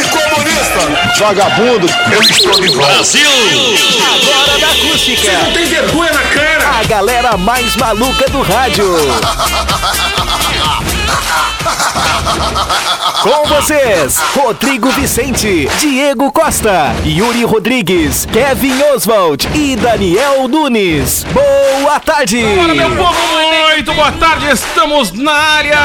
e comunista. Vagabundo, eu estou de volta. Tem vergonha na cara. A galera mais maluca do rádio. Com vocês, Rodrigo Vicente, Diego Costa, Yuri Rodrigues, Kevin Oswald e Daniel Nunes. Boa tarde! Meu povo, muito boa tarde, estamos na área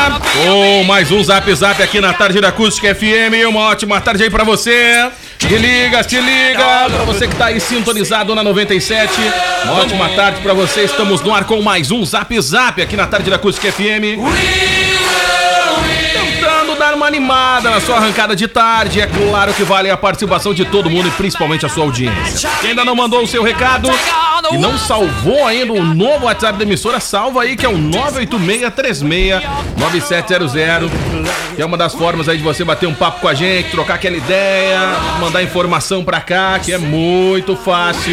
com mais um Zap Zap aqui na Tarde da Acústica FM. Uma ótima tarde aí pra você. Te liga, te liga. Pra você que tá aí sintonizado na 97. Uma ótima tarde pra você. Estamos no ar com mais um Zap Zap aqui na Tarde da Acústica FM. Tentando dar uma animada na sua arrancada de tarde. É claro que vale a participação de todo mundo e principalmente a sua audiência. Quem ainda não mandou o seu recado e não salvou ainda o novo WhatsApp da emissora, salva aí que é o 986369700. Que é uma das formas aí de você bater um papo com a gente, trocar aquela ideia, mandar informação pra cá, que é muito fácil.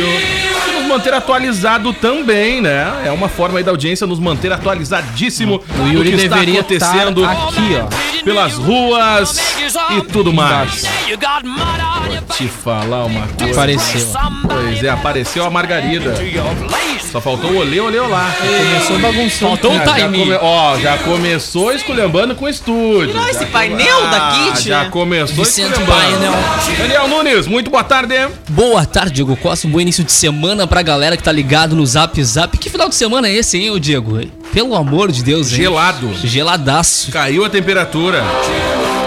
E nos manter atualizado também, né? É uma forma aí da audiência nos manter atualizadíssimo O do Yuri que está deveria estar acontecendo aqui, ó. pelas ruas e tudo mais. Te falar uma coisa. Apareceu. Pois é, apareceu a Margarida. Só faltou o olê, olê, olá. Começou bagunçando. Faltou Ah, um já time. come- Ó, já começou esculhambando com o estúdio. Olha Já esse come- painel Ah, da Kit, Já né? começou Vicente esculhambando. Daniel Nunes, muito boa tarde. Boa tarde, Diego Costa. Um bom início de semana pra galera que tá ligado no Zap Zap. Que final de semana é esse, hein, ô Diego? Pelo amor de Deus, hein? Gelado. Geladaço. Caiu a temperatura.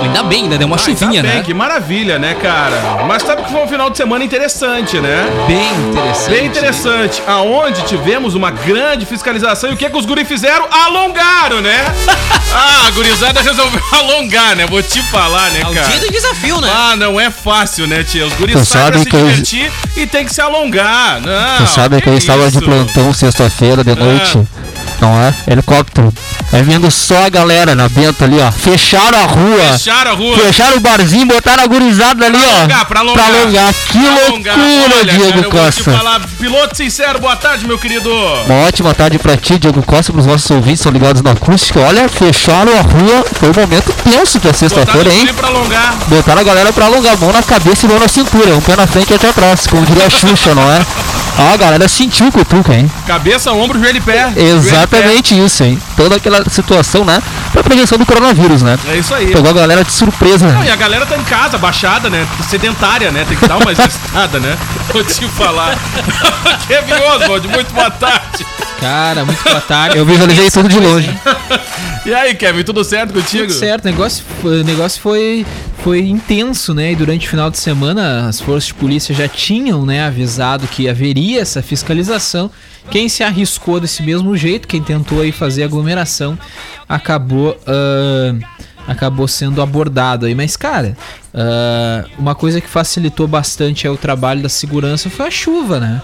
Ainda bem, ainda deu uma Ai, tá chuvinha, bem, né? Que maravilha, né, cara? Mas sabe que foi um final de semana interessante, né? Bem interessante. Bem interessante, aonde tivemos uma grande fiscalização e o que, que os guri fizeram? Alongaram, né? Ah, a gurizada resolveu alongar, né? Vou te falar, né, É o dia cara? do desafio, né? Ah, não é fácil, né, tia? Os guris saem pra se divertir e tem que se alongar. Não, Tu sabe que eu estava de isso? É. plantão sexta-feira de noite. Não é? Helicóptero. Aí vindo só a galera na Bento ali, ó. Fecharam a rua. Fecharam a rua. Fecharam o barzinho, botaram a gurizada ali, ó. alongar, pra alongar. Pra alongar. Que Pra loucura, alongar. Olha, cara, Diego eu vou te Costa. falar, piloto sincero, boa tarde, meu querido. Uma ótima tarde pra ti, Diego Costa, pros nossos ouvintes são ligados na acústica. Olha, fecharam a rua. Foi um momento tenso pra sexta-feira, hein? guri pra alongar. Botaram a galera pra alongar, mão na cabeça e mão na cintura. Um pé na frente e outro atrás, como diria a Xuxa, não é? Ah, a galera sentiu o cutuca, hein? Cabeça, ombro, joelho e pé. Exatamente isso, hein? Toda aquela situação, né? Pra prevenção do coronavírus, né? Joelho e pé. É isso aí. Pegou a galera de surpresa, Não, né? e a galera tá em casa, baixada, né? Sedentária, né? Tem que dar uma exercitada, né? Vou te falar. Kevin Oswald, muito boa tarde. Cara, muito boa tarde. Eu visualizei tudo de longe. é. E aí, Kevin, tudo certo contigo? Tudo certo, o negócio, o negócio foi, foi intenso, né? E durante o final de semana, as forças de polícia já tinham né, avisado que haveria essa fiscalização. Quem se arriscou desse mesmo jeito, quem tentou aí fazer aglomeração, acabou, ah, acabou sendo abordado aí. Mas, cara, ah, uma coisa que facilitou bastante aí o trabalho da segurança foi a chuva, né?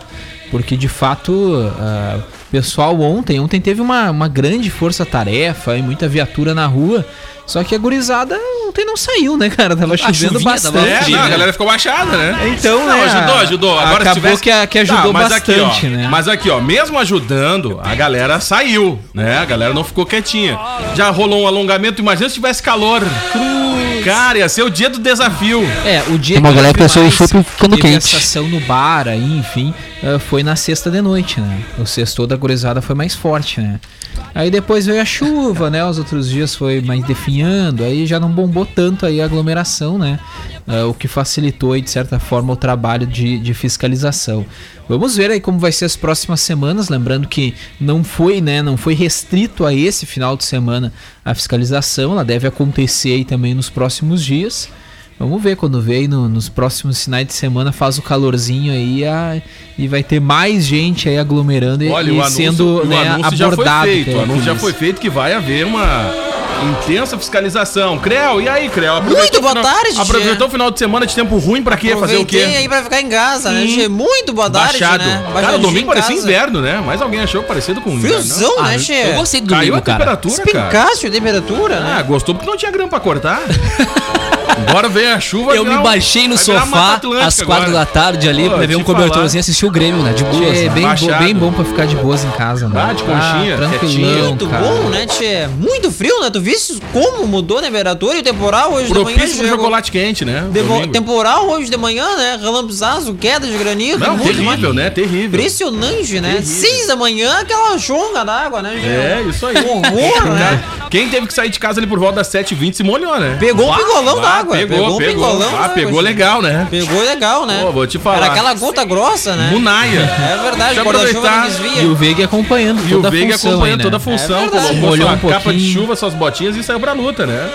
Porque de fato, ah, o pessoal ontem, ontem teve uma, uma grande força-tarefa e muita viatura na rua. Só que a gurizada ontem não saiu, né, cara? Tava chovendo chuvinha tava É, forte, bastante. não, a né? galera ficou baixada, né? Então, Não, né? ajudou, ajudou. Agora, se acabou tivesse- que, a- que Tá, ajudou mas aqui, bastante, ó, né? Mas aqui, ó, mesmo ajudando, a galera saiu, né? A galera não ficou quietinha. Já rolou um alongamento, imagina se tivesse calor. Cara, ia ser o dia do desafio. É, o dia Tem uma teve galera que passou mais- o chope ficando teve quente. essa ação no bar aí, enfim, eh, foi na sexta de noite, né? O sexto da gurizada foi mais forte, né? Aí depois veio a chuva, né? Os outros dias foi mais definhando, aí já não bombou tanto aí a aglomeração, né? Eh, o que facilitou aí, de certa forma, o trabalho de, de fiscalização. Vamos ver aí como vai ser as próximas semanas, lembrando que não foi, né, não foi restrito a esse final de semana a fiscalização, ela deve acontecer aí também nos próximos dias. Vamos ver quando vem no- nos próximos finais de semana faz o calorzinho aí a- e vai ter mais gente aí aglomerando e, e sendo né, já foi abordado. né? feito. O pela anúncio já polícia. foi feito que vai haver uma Intensa fiscalização. Creu, e aí, Creu? Muito boa o final- tarde, Aproveitou o final de semana de tempo ruim pra quê? Fazer o Aproveitei quê? aí pra ficar em casa, né? Sim. Che- Muito boa tarde, Baixado. né? Cara, Baixadinho o domingo em parecia casa. inverno, né? Mas alguém achou parecido com inverno. Friozão, né, Che? Eu gostei do Caiu a domingo, cara. temperatura, cara. Espincaste a temperatura, né? Ah, gostou porque não tinha grama pra cortar. Agora veio a chuva. vai Eu me virar um- baixei no vai virar uma sofá Atlântica às quatro agora. da tarde ali Pô, pra ver te um cobertorzinho e assistir o Grêmio, né? De boas. É né? bem, bo- Baixado. bem bom pra ficar de boas em casa, né? Ah, de conchinha, quietinho. tranquilão, Muito cara. bom, né, Tchê? Muito frio, né? Tu viste como mudou a temperatura e o temporal hoje de manhã? Propício pro chegou- chocolate quente, né? Devo- um Domingo. Temporal hoje de manhã, né? Relampizazo, queda de granito. Não, muito terrível, mais- né? Terrível. Impressionante, né? Terrível. Seis da manhã, aquela chonga d'água, né, Gê? É, isso aí. Horror, né? Cara, Quem teve que sair de casa ali por volta das 7h20 se molhou, né? Pegou um pingolão Ah, d'água. Pegou, um pegou. pingolão ah, d'água, assim. pegou Gê. legal, né? Pegou legal, né? Pô, vou te falar. Era aquela gota grossa, né? Munaia. É verdade, Deixa eu guarda-chuva aproveitar não desvia. E o Veiga acompanhando E o toda a Veiga função acompanhou aí, né? toda a função, É verdade. colocou Molhou sua um capa de pouquinho. chuva, suas botinhas e saiu pra luta, né?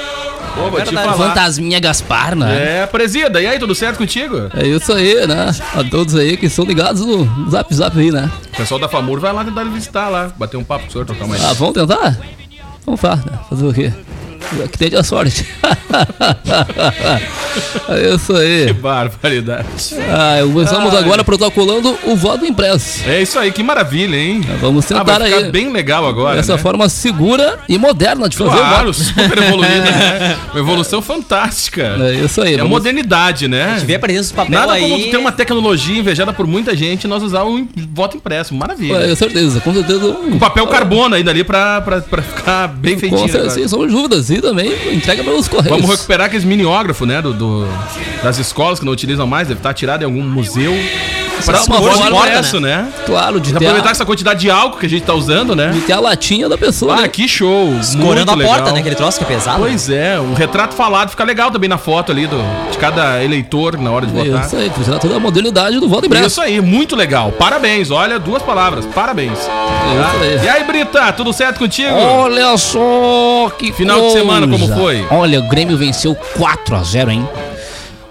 Pô, vou te Verdade. falar. Fantasminha Gaspar, né? É, presida, e aí, tudo certo contigo? É isso aí, né? A todos aí que são ligados no Zap Zap aí, né? O pessoal da FAMUR vai lá tentar visitar lá, bater um papo com o senhor, trocar mais. Ah, vamos tentar? Vamos lá, né? fazer o quê? O Que tem de sorte. é isso aí. Barbaridade. Ah, estamos agora protocolando o voto impresso. É isso aí, que maravilha, hein? Vamos Ah, vai tentar ficar aí. bem legal agora. Essa né? forma segura e moderna de fazer o Claro, voto. super evoluída, né? Uma evolução fantástica. É isso aí. É a vamos- modernidade, né? Tiver aprendendo esse papel Nada aí. como tu ter uma tecnologia invejada por muita gente e nós usar o im- voto impresso. Maravilha. É, certeza, com certeza. um O papel carbono ainda ali pra, pra, pra ficar bem Com feitinho. certeza, agora. sem sombra de dúvidas. E também entrega pelos correios. Vamos recuperar aqueles miniógrafos, né? Do, do- das escolas que não utilizam mais, deve estar tirado em algum museu. Pra uma uma voto boa porta, impresso, né? Claro, de Já ter, aproveitar a, essa quantidade de álcool que a gente tá usando, né? de ter a latinha da pessoa. Ah, né? que show! Corando Muito a porta, legal. né? Aquele troço que é pesado. Pois é, o retrato falado fica legal também na foto ali do, de cada eleitor na hora de votar. É Isso aí, funcionar toda a modernidade do voto impresso. Isso aí, muito legal. Parabéns, olha, duas palavras, parabéns. É Tá? Isso aí. E aí, Brita, tudo certo contigo? Olha só que Final de semana, como coisa. foi? Olha, o Grêmio venceu 4 a 0 hein?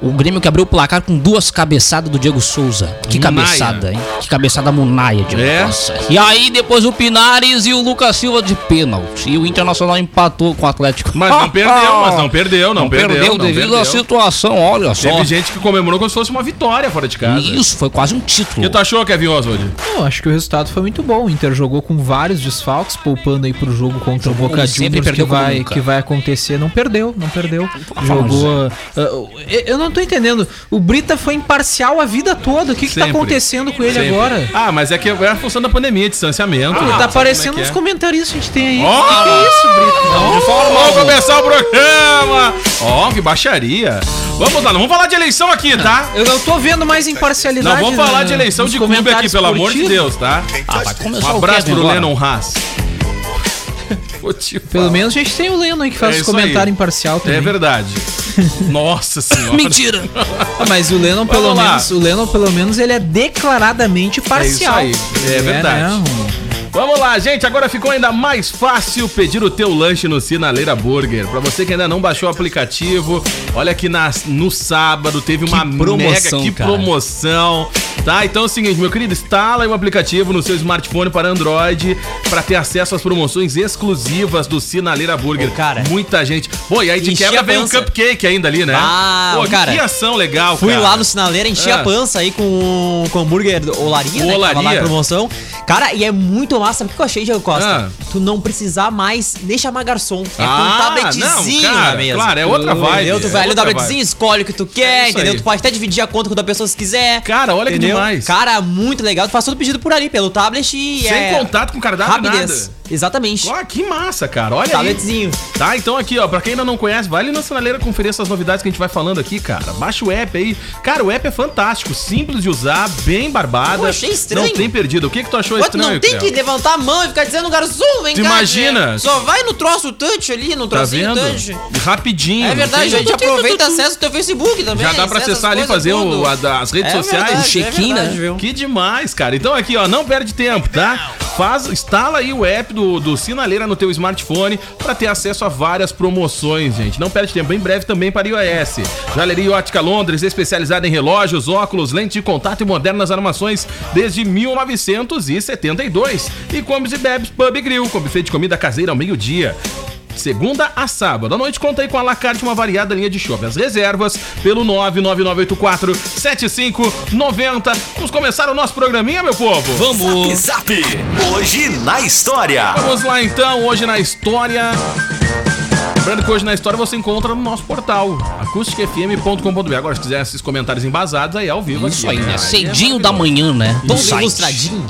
O Grêmio que abriu o placar com duas cabeçadas do Diego Souza. Que Munaia. cabeçada, hein? Que cabeçada munaia, Diego. É? Nossa. E aí, depois o Pinares e o Lucas Silva de pênalti. E o Internacional empatou com o Atlético. Mas não perdeu, mas não perdeu, não, perdeu. não devido à perdeu. situação, olha só. Teve gente que comemorou como se fosse uma vitória fora de casa. O Isso, foi quase um título. que tu achou, Kevin Oswald? Não, acho que o resultado foi muito bom. O Inter jogou com vários desfalques, poupando aí pro jogo contra o Boca como sempre, Juniors que perdeu como vai, nunca. que vai acontecer. Não perdeu, não perdeu. falar, Jogou. ah, eu- eu não tô entendendo. O Brita foi imparcial a vida toda. O que, que tá Sempre. acontecendo com ele Sempre. agora? Ah, mas é que é a função da pandemia, distanciamento. Ah, Ele tá Sabe parecendo como é que uns é? comentaristas que a gente tem aí. Ó! O que, que é isso, Brita? Vamos começar o programa! Ó, que baixaria! Vamos lá, não vamos falar de eleição aqui, tá? Eu não tô vendo mais Não, imparcialidade. vamos falar na- né? de eleição nos de clube aqui, comentários pelo amor de esportivos. Deus, tá? Ah, vai começar Um o abraço Kevin pro agora. Lennon Haas. Vou te Pelo falar. menos a gente tem o Leno aí que faz É os isso aí. comentários imparcial também. É verdade. Nossa senhora. Mentira! Ah, mas o Lennon, pelo Vamos lá. menos, o Lennon, pelo menos, ele é declaradamente parcial. né, um aí, é verdade. Vamos lá, gente. Agora ficou ainda mais fácil pedir o teu lanche no Sinaleira Burger. Pra você que ainda não baixou o aplicativo, olha que nas- no sábado teve uma promoção, mega que cara. promoção. Tá? Então é o seguinte, meu querido, instala aí o aplicativo no seu smartphone para Android pra ter acesso às promoções exclusivas do Sinaleira Burger. Ô, cara. muita gente. Pô, e aí de Enchi a quebra vem um pança. cupcake ainda ali, né? Ah, Pô, cara. que ação legal, Fui cara. lá no Sinaleira, enchi Ah. a pança aí com, com hambúrguer do Olaria, né? Que tava lá Olaria. na promoção. Cara, e é muito massa. Sabe O que eu achei, Diego Ah. Costa? Tu não precisar mais nem chamar garçom. É Ah, com um tabletzinho não, não, cara, na mesa. claro, é outra vibe, Entendeu? Tu é vai ali no outra tabletzinho, vibe. escolhe o que tu É quer, isso entendeu? aí. Tu pode até dividir a conta com outra pessoa se quiser. Cara, olha que entendeu? demais. Cara, muito legal. Tu faz tudo pedido por ali, pelo tablet e Sem é... contato com cardápio, Rapidez. nada. Exatamente. Ó, que massa, cara. Olha aí. Tabletzinho. Tá, então aqui, ó, pra quem ainda não conhece, vai ali na sinaleira conferir essas novidades que a gente vai falando aqui, cara. Baixa o app aí. Cara, o app é fantástico, simples de usar, bem barbada. Eu achei estranho. Não tem perdido. O que que tu achou Mas tu estranho, Tá não tem Creu? que levantar a mão e ficar dizendo, garçom, vem Tu cá. imagina? Tchê. Só vai no troço touch ali, no Tá trocinho vendo? touch. Rapidinho. É verdade, não a tem- gente aproveita e acessa o teu Facebook também. Já dá pra acessa acessar as ali, coisas, fazer o- tudo. a- as redes É sociais, verdade, o check-in, é verdade, né? viu? Que demais, cara. Então aqui, ó, não perde tempo, tá? Faz, instala aí o app do, do Sinaleira no teu smartphone pra ter acesso a várias promoções, gente. Não perde tempo, em breve também para iOS. Galeria Ótica Londres, especializada em relógios, óculos, lentes de contato e modernas armações desde 1972. E Combs e Bebs Pub e Grill, com buffet de comida caseira ao meio-dia. segunda a sábado. À noite conta aí com a Lacarte uma variada linha de shopping. As reservas pelo 99984 7590. Vamos começar o nosso programinha, meu povo? Vamos! Zap, hoje na história. Vamos lá então, hoje na história. Lembrando que hoje na história você encontra no nosso portal, acusticfm.com.br. Agora, se quiser esses comentários embasados, aí é ao vivo. Isso aqui, aí, né? Cedinho é da manhã, né? Todo Insights. ilustradinho.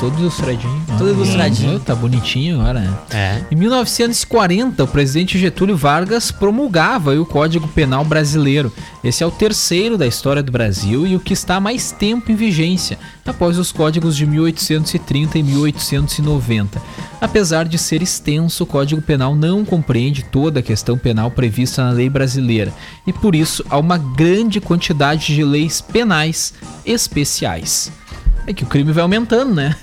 Todo ilustradinho. Todo ilustradinho. Uhum, Hum, Tá bonitinho agora, né? É. Em 1940, o presidente Getúlio Vargas promulgava aí o Código Penal Brasileiro. Esse é o terceiro da história do Brasil e o que está há mais tempo em vigência, após os códigos de 1830 e 1890. Apesar de ser extenso, o Código Penal não compreende toda a questão penal prevista na lei brasileira e, por isso, há uma grande quantidade de leis penais especiais. É que o crime vai aumentando, né?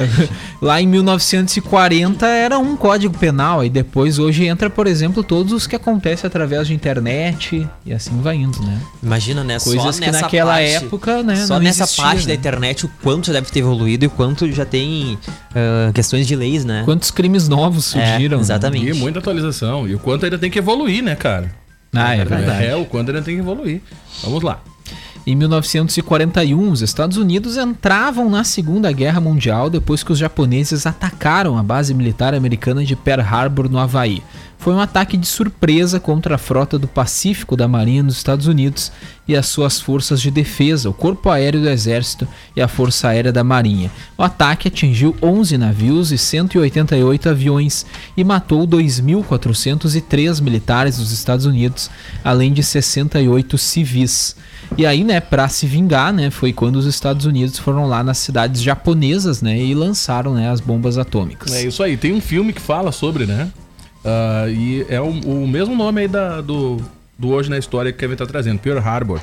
Lá em 1940 era um código penal e depois hoje entra, por exemplo, todos os que acontecem através de internet e assim vai indo, né? Imagina, né? Coisas que naquela época, né, Só não nessa existia, parte né? da internet, o quanto já deve ter evoluído e o quanto já tem ah, questões de leis, né? Quantos crimes novos É, surgiram? né? exatamente. E muita atualização. E o quanto ainda tem que evoluir, né, cara? Ah, é verdade. É, o quanto ainda tem que evoluir. Vamos lá. Em 1941, os Estados Unidos entravam na Segunda Guerra Mundial depois que os japoneses atacaram a base militar americana de Pearl Harbor, no Havaí. Foi um ataque de surpresa contra a frota do Pacífico da Marinha dos Estados Unidos e as suas forças de defesa, o Corpo Aéreo do Exército e a Força Aérea da Marinha. O ataque atingiu 11 navios e 188 aviões e matou 2.403 militares dos Estados Unidos, além de 68 civis. E aí, né, pra se vingar, né, foi quando os Estados Unidos foram lá nas cidades japonesas, né, e lançaram, né, as bombas atômicas. É isso aí. Tem um filme que fala sobre, né? Ah, e é o, o mesmo nome aí da, do, do Hoje na História que o Kevin tá trazendo, Pearl Harbor.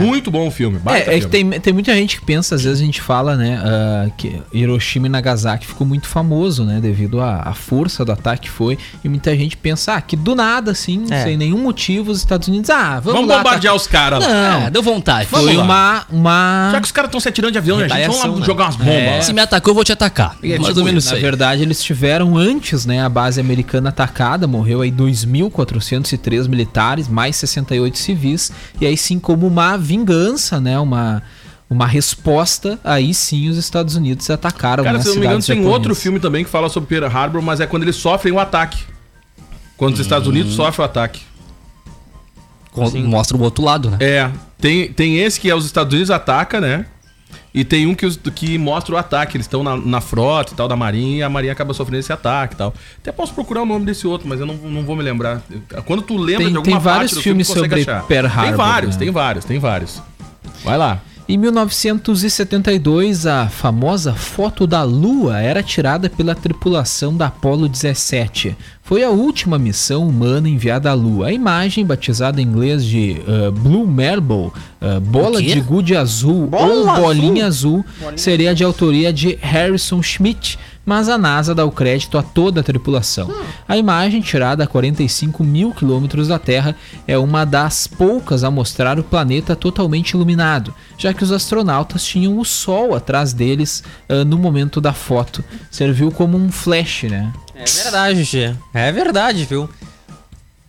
Muito bom o filme. baita É, é que filme. tem, tem muita gente que pensa, às vezes a gente fala, né, ah, que Hiroshima e Nagasaki ficou muito famoso, né, devido à, à força do ataque que foi, e muita gente pensa, ah, que do nada, assim, É. sem nenhum motivo, os Estados Unidos, ah, vamos, Vamos lá, bombardear os caras lá. É, deu vontade. tá- Foi Vamos lá. uma, uma... Já que os caras estão se atirando de avião, né, gente? Vamos Retaliação, lá né? jogar umas bombas. lá. Se me atacou, eu vou te atacar. É, Mais tipo, ou menos isso na aí. verdade, eles tiveram antes, né, a base americana atacada, morreu aí 2.403 militares, mais 68 civis, e aí sim como uma vingança, né, uma uma resposta, aí sim os Estados Unidos atacaram Cara, né, se eu não me engano, cidades tem japonesas. outro filme também que fala sobre Pearl Harbor, mas é quando eles sofrem o ataque. Quando os Estados Unidos sofrem o ataque. Com- Mostra o outro lado, né? É, tem, tem esse que é os Estados Unidos ataca, né? E tem um que, os- que mostra o ataque. Eles estão na, na frota e tal, da marinha, e a marinha acaba sofrendo esse ataque e tal. Até posso procurar o nome desse outro, mas eu não, não vou me lembrar. Quando tu lembra Tem- de alguma tem vários parte do filmes filme, tu consegue sobre achar. Pearl Tem Harbor, vários, né? tem vários, tem vários. Vai lá. Em 1972, a famosa foto da Lua era tirada pela tripulação da Apollo 17. Foi a última missão humana enviada à Lua. A imagem, batizada em inglês de eh, Blue Marble, eh, bola O quê? de gude azul ou bolinha azul, seria de autoria de Harrison Schmitt. Mas a NASA dá o crédito a toda a tripulação. A imagem, tirada a 45 mil quilômetros da Terra, é uma das poucas a mostrar o planeta totalmente iluminado, já que os astronautas tinham o Sol atrás deles ah, no momento da foto. Serviu como um flash, né? É verdade, Gê. É verdade, viu?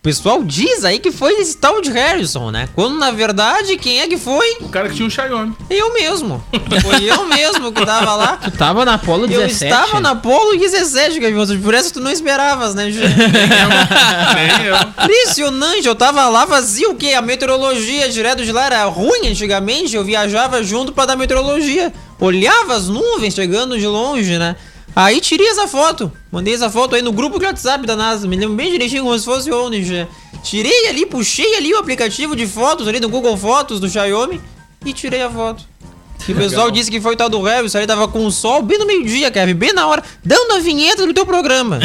O pessoal diz aí que foi esse tal de Harrison, né? Quando na verdade, quem é que foi? O cara que tinha o Xiaomi. Eu mesmo. Foi eu mesmo que tava lá. Tu tava na Apollo Eu 17. estava na Polo 17, Gavião. Por essa tu não esperavas, né, Gê? Nem eu. Impressionante, eu tava lá vazio, o quê? A meteorologia direto de lá era ruim antigamente, eu viajava junto pra dar meteorologia. Olhava as nuvens chegando de longe, né? Aí tirei essa foto, mandei essa foto aí no grupo de WhatsApp da NASA, me lembro bem direitinho como se fosse ontem já. Tirei ali, puxei ali o aplicativo de fotos ali do Google Fotos do Xiaomi e tirei a foto. E o pessoal disse que foi o tal do Harrison, aí tava com o sol bem no meio-dia, Kevin, bem na hora, dando a vinheta do teu programa.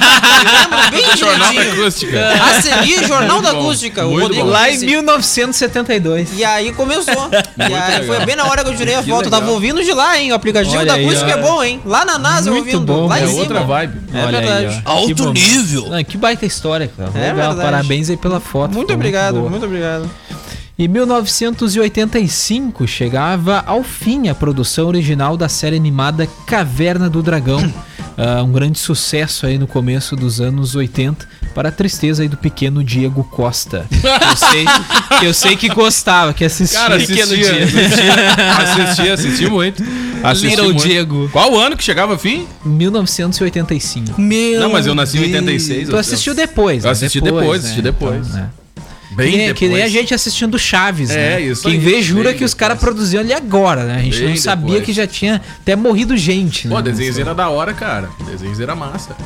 Lembra bem Jornal da direitinho. Acústica. A seguir, Jornal da bom, Acústica. O muito Rodrigo bom. Lá em disse. 1972. E aí começou. e aí foi legal. bem na hora que eu tirei a foto. Eu tava legal. ouvindo de lá, hein? O aplicativo Olha da aí, Acústica ó. é bom, hein? Lá na NASA eu Muito ouvindo. bom, lá É em meu. cima. outra vibe. É Olha aí, verdade. ó. Alto Que bom. nível. Não, que baita história, cara. É Legal, verdade. parabéns aí pela foto. Muito ficou obrigado, boa. muito obrigado. Tá Em 1985 chegava ao fim a produção original da série animada Caverna do Dragão. ah, um grande sucesso aí no começo dos anos 80, para a tristeza aí do pequeno Diego Costa. Eu sei, que eu sei que gostava, que assistia. Cara, assistia, Pequeno Diego. assistia, assistia, assisti muito. Assisti Little muito. Diego. Qual ano que chegava ao fim? 1985. Meu Não, mas eu nasci em Deus. 86. Tu eu- assistiu depois, Eu assisti depois, assisti depois. né? Bem que, nem, que nem depois. a gente assistindo Chaves, É, né? isso Quem aí, vê jura bem que os caras depois. produziam ali agora, né? A gente Bem não sabia depois. que já tinha até morrido gente, né? Pô, desenhozinho era da hora, cara. Desenhozinho era massa.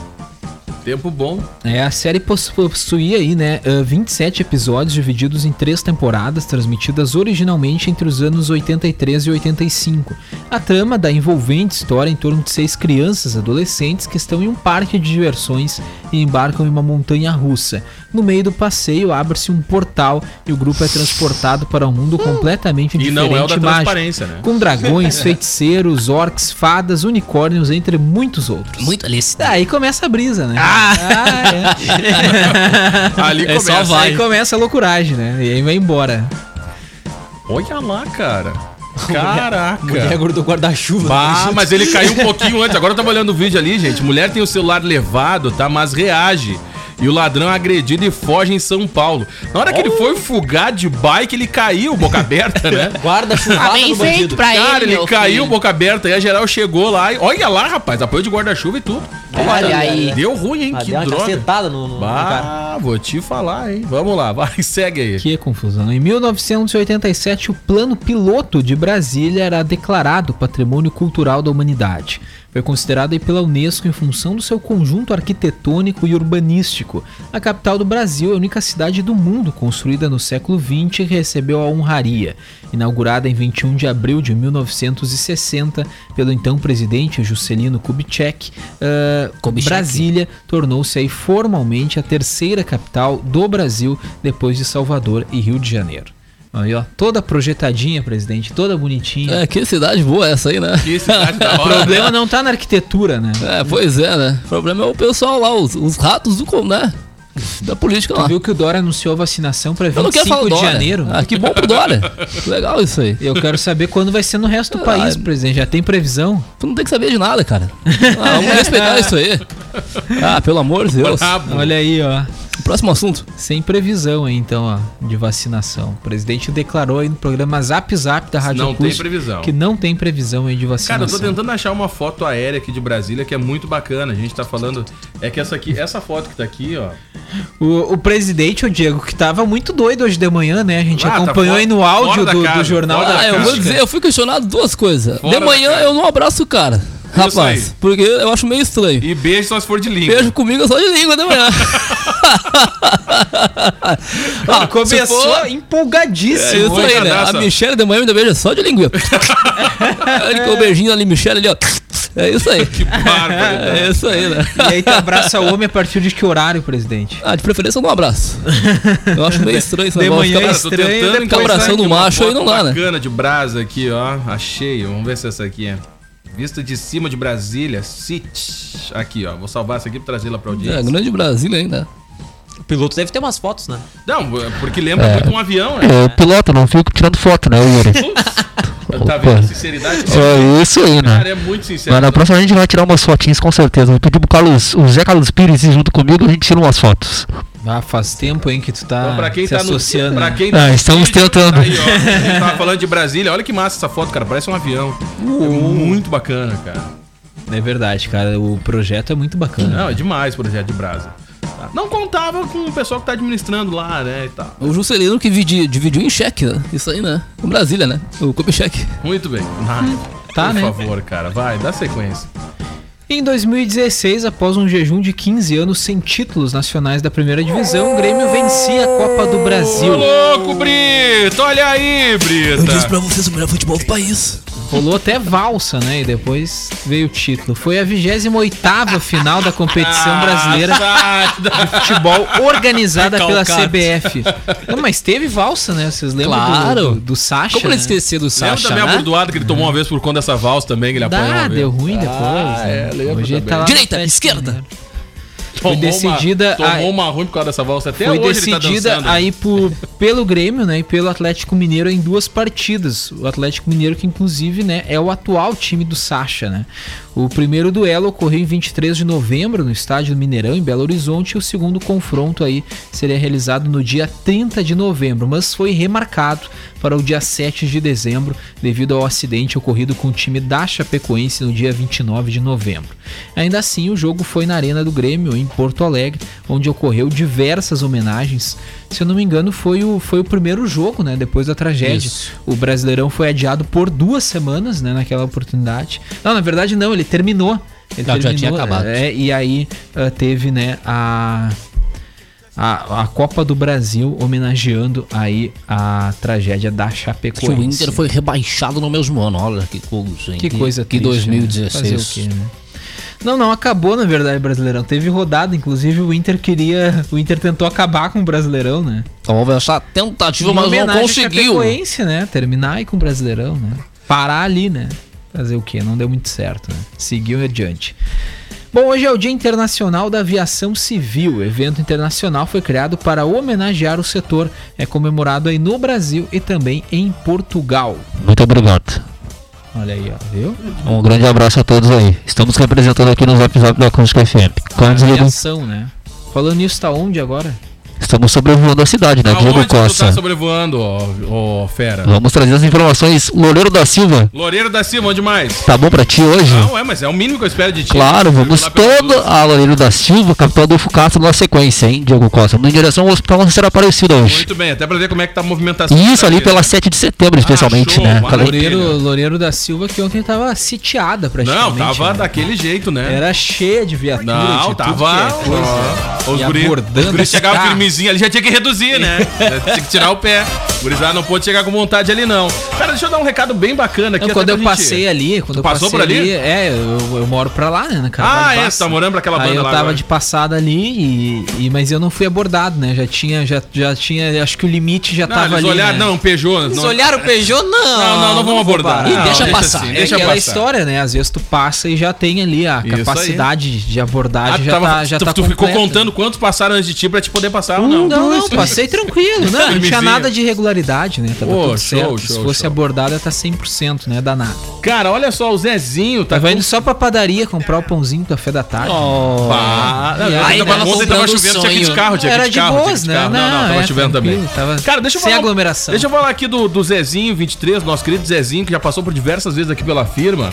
Tempo bom. É, a série possu- possuía aí, né, ah, 27 episódios divididos em três temporadas, transmitidas originalmente entre os anos 83 e 85. A trama da envolvente história em torno de seis crianças adolescentes que estão em um parque de diversões e embarcam em uma montanha russa. No meio do passeio abre-se um portal e o grupo é transportado para um mundo completamente E diferente não é o da e mágico, transparência, né? com dragões, feiticeiros, orcs, fadas, unicórnios, entre muitos outros. Muito lícito. Daí Ah, começa a brisa, né? Ah, é. Ali É só começa. vai. Aí começa a loucuragem, né? E aí vai embora. Olha lá, cara. Caraca. Mulher do guarda-chuva. Bah, mas ele caiu um pouquinho antes. Agora eu tava olhando o vídeo ali, gente. Mulher tem o celular levado, tá? Mas reage. E o ladrão é agredido e foge em São Paulo. Na hora que ele foi fugar de bike, ele caiu, boca aberta, né? Guarda chuvada do bandido. pra Cara, ele meu caiu, filho. boca aberta. E a geral chegou lá. E... Olha lá, rapaz. Apoio de guarda-chuva e tudo. Olha Cara, aí. Deu ruim, hein? Ah, que deu uma droga. tá cacetada no, no, no cara. Bah, vou te falar, hein? Vamos lá, vai, segue aí. Que confusão. Em 1987, o plano piloto de Brasília era declarado Patrimônio Cultural da Humanidade. Foi considerado aí pela Unesco em função do seu conjunto arquitetônico e urbanístico. A capital do Brasil é a única cidade do mundo construída no século XX e recebeu a honraria. Inaugurada em 21 de abril de 1960 pelo então presidente Juscelino Kubitschek, ah, Kubitschek. Brasília tornou-se aí formalmente a terceira capital do Brasil depois de Salvador e Rio de Janeiro. Aí, ó, toda projetadinha, presidente, toda bonitinha. É, que cidade boa essa aí, né? Que cidade da O hora. problema não tá na arquitetura, né? É, pois é, né? O problema é o pessoal lá, os, os ratos do com- né? Da política lá. Viu que o Dória anunciou a vacinação pra Eu não quero falar 25 do de Dória. janeiro? Ah, que bom pro Dória. Legal isso aí. Eu quero saber quando vai ser no resto do Ah, país, presidente. Já tem previsão? Tu não tem que saber de nada, cara. Ah, vamos respeitar isso aí. Ah, pelo amor de Deus. Tá Brabo. Olha aí, ó. Próximo assunto. Sem previsão aí, então, ó, de vacinação. O presidente declarou aí no programa Zap Zap da Rádio Não tem Acústica previsão. que não tem previsão aí de Cara, vacinação. eu tô tentando achar uma foto aérea aqui de Brasília que é muito bacana. A gente tá falando. É que essa aqui, essa foto que tá aqui, ó. O, o presidente, o Diego, que tava muito doido hoje de manhã, né? A gente Ah, tá acompanhou fora- aí no áudio fora da do, casa, do jornal. fora da da Ah, eu vou Crítica. dizer, eu fui questionado duas coisas. Fora De da manhã cara. eu não abraço o cara, aí. rapaz. Porque eu acho meio estranho. E beijo só se for de língua. Beijo comigo, eu sou de língua de manhã. Ah, se for- É empolgadíssimo. isso aí, né? A Empolgadaça. Michelle de manhã me dá beijo só de língua. Ele com o beijinho ali, Michelle ali, ó. É isso aí. Bárbaro. É isso aí, né? E aí tá? tu abraça o homem a partir de que horário, presidente? Ah, de preferência eu não abraço. Eu acho meio estranho esse De negócio. manhã Ficar Cara, é tô estranho, tentando depois encontrar abraçando aqui o uma macho, foto aí não dá, né? Bacana de brasa aqui, ó. Achei. Vamos ver se essa aqui é. Vista de cima de Brasília, City. Aqui, ó. Vou salvar essa aqui pra trazê-la pra audiência. É, grande Brasília ainda. O piloto deve ter umas fotos, né? Não, porque lembra É. muito um avião, né? Eu piloto, não fico tirando foto, né, Yuri? Tá vendo? a Sinceridade. É isso aí, Cara, é muito sincero. próxima a gente vai tirar umas fotinhas com certeza. Vou pedir pro Carlos, o Zé Carlos Pires ir junto comigo, a gente tira umas fotos. Ah, faz tempo, hein, que tu tá Então, pra quem se tá associando. né? no. Pra quem Ah, estamos Vídeo, tentando. Aí, ó, a gente tava falando de Brasília. Olha que massa essa foto, cara. Parece um avião. Uh. É muito bacana, cara. É verdade, cara. O projeto é muito bacana. Não, é demais o projeto de Brasa. Tá. Não contava com o pessoal que tá administrando lá, né? E tal. O Juscelino que dividi- dividiu em cheque, né? Isso aí, né? O Brasília, né? O Copa cheque. Muito bem. Vai, tá, Por né? favor, cara. Vai, dá sequência. Em 2016, após um jejum de 15 anos sem títulos nacionais da primeira divisão, o Grêmio vencia a Copa do Brasil. louco, Brito! Olha aí, Brita! vocês o melhor futebol do país. Rolou até valsa, né? E depois veio o título. Foi a 28ª final da Ah, competição tá, brasileira de futebol organizada pela Recalcado. CBF. Não, mas teve valsa, né? Vocês lembram do- Claro. do, do Sacha? Como ele né? esqueceu do Lembra da Sacha, minha né? bordoada que ele tomou uma vez por conta dessa valsa também, que ele apanhou Dá, uma vez? deu ruim Ah, depois. né? é, lembro Hoje ele também. lá Direita, na frente, esquerda. né? foi decidida Uma, a- tomou uma ruim por causa dessa volta. Até foi hoje ele tá decidida dançando. aí por, pelo Grêmio, né, e pelo Atlético Mineiro em duas partidas. O Atlético Mineiro que inclusive, né, é o atual time do Sacha, né? O primeiro duelo ocorreu em 23 de novembro no estádio do Mineirão em Belo Horizonte e o segundo confronto aí seria realizado no dia 30 de novembro, mas foi remarcado para o dia 7 de dezembro devido ao acidente ocorrido com o time da Chapecoense no dia 29 de novembro. Ainda assim, o jogo foi na Arena do Grêmio, em Porto Alegre, onde ocorreu diversas homenagens. Se eu não me engano, foi o, foi o primeiro jogo, né? Depois da tragédia. Isso. O Brasileirão foi adiado por duas semanas, né? Naquela oportunidade. Não, na verdade, não, ele terminou. Ele Ah, já tinha acabado. é, e aí ah, teve, né, a. A, a Copa do Brasil homenageando aí a tragédia da Que Chapecoense. o Inter foi rebaixado no mesmo ano. Olha que coisa, hein? Que coisa Que triste, né? 2016. Fazer o quê, né? Não, não, acabou na verdade o Brasileirão. Teve rodada, inclusive o Inter queria. O Inter tentou acabar com o Brasileirão, né? Houve Então, essa tentativa, Em Tipo, mas não homenagem à conseguiu. Chapecoense, né? Terminar aí com o Brasileirão, né? Parar ali, né? Fazer o quê? Não deu muito certo, né? Seguiu adiante. Bom, hoje é o Dia Internacional da Aviação Civil. O evento internacional foi criado para homenagear o setor. É comemorado aí no Brasil e também em Portugal. Muito obrigado. Olha aí, ó, viu? Um grande abraço a todos aí. Estamos representando aqui no Zap Zap da Acústica FM. Quando Diego, Aviação, né? Falando nisso, tá onde agora? estamos sobrevoando a cidade, né? Aonde Diego tu tá Costa. sobrevoando, ó, ó fera? Vamos trazer as informações. Loureiro da Silva, Loureiro da Silva, onde mais? tá bom pra ti hoje? Não, é, mas é o mínimo que eu espero de ti. Claro, vamos Lá pelas todo duas. a Loureiro da Silva, capital do Fucaça, na sequência, hein, Diego Costa? Vamos em direção ao Hospital Nossa Senhora Aparecida hoje. Muito bem, até pra ver como é que tá a movimentação. E isso ali Isso. Ah, pela 7 de setembro, especialmente, show, né? maravilha. Aquela- Loureiro, Loureiro da Silva, que ontem tava sitiada Não, praticamente. tava né? daquele jeito, né? Era cheia de viaturas. de Não, tudo tava. que é coisa. Ó, Os E guris. abordando Os guris os chegavam carros. firmezinho ali, já tinha que reduzir, né? Já tinha que tirar o pé. O gurizada não pôde chegar com vontade ali, não. Cara, deixa eu dar um recado bem bacana aqui. Não, até quando pra eu gente- passei ali, quando eu passou passei por ali? é, eu, eu moro pra lá, né, na Carvalho Ah, é, Bassa. tá morando pra aquela Aí banda eu lá tava agora. de passada ali, e, e- mas eu não fui abordado, né, já tinha, já, já tinha, acho que o limite já Não, tava eles ali, olharam, né? não, Peugeot. Eles não- olharam o Peugeot? Não. Não, não, não vamos vou abordar. parar. E deixa não, passar, assim, É deixa aquela passar. história, né? Às vezes tu passa e já tem ali a Isso aí. capacidade de Ah, abordagem tu, já tava- tá já tu- tá Um, tu ficou completa. contando quantos passaram antes de ti pra te poder passar ou Não, não? não, passei tranquilo, não, não tinha Firmezinho. nada de irregularidade, né? Tava Ô, tudo é show, show, certo. Se fosse show. Tá abordada, tá 100%, né? Danado. Cara, olha só, o Zezinho tá Tava indo só pra padaria comprar o pãozinho do café da tarde. Ah, não, E eu aí, tava- né, ontem tava comprando chovendo, tinha que ir de sonho. carro, tinha que ir Era de de carro. tinha que ir boas, de né? carro. Não, não, Não, tava é, chovendo tranquilo, também. tava Cara, deixa eu sem falar. aglomeração. Deixa eu falar aqui do, do Zezinho 23, nosso querido Zezinho, que já passou por diversas vezes aqui pela firma.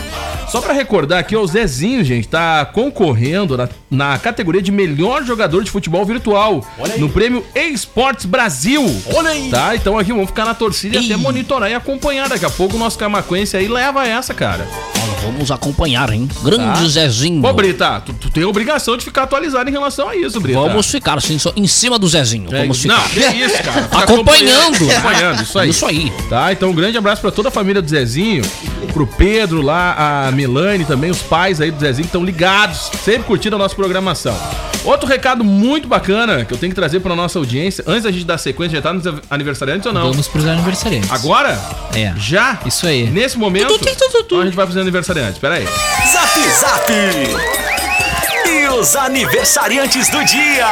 Só pra recordar aqui, ó, o Zezinho, gente, tá concorrendo na, na categoria de melhor jogador de futebol virtual no prêmio Esportes Brasil. Olha aí. Tá? Então aqui vamos ficar na torcida e até monitorar e acompanhar. Daqui a pouco o nosso camacuense aí leva essa, cara. Olha, vamos acompanhar, hein? Grande Tá. Zezinho. Ô, Brita, tu, tu tem obrigação de ficar atualizado em relação a isso, Brita. Vamos ficar sim, só em cima do Zezinho. É, Vamos isso- ficar. não, que isso, cara. Ficar Acompanhando. né? Acompanhando, isso aí. Isso aí. Tá, então um grande abraço pra toda a família do Zezinho, pro Pedro lá, a Milane também, os pais aí do Zezinho que estão ligados, sempre curtindo a nossa programação. Outro recado muito bacana que eu tenho que trazer pra nossa audiência, antes da gente dar sequência, já tá nos aniversariantes ou não? Vamos pros aniversariantes. Agora? É. Já? Isso aí. Nesse momento, então a gente vai fazer aniversariante, peraí. Zap Zap! E os aniversariantes do dia!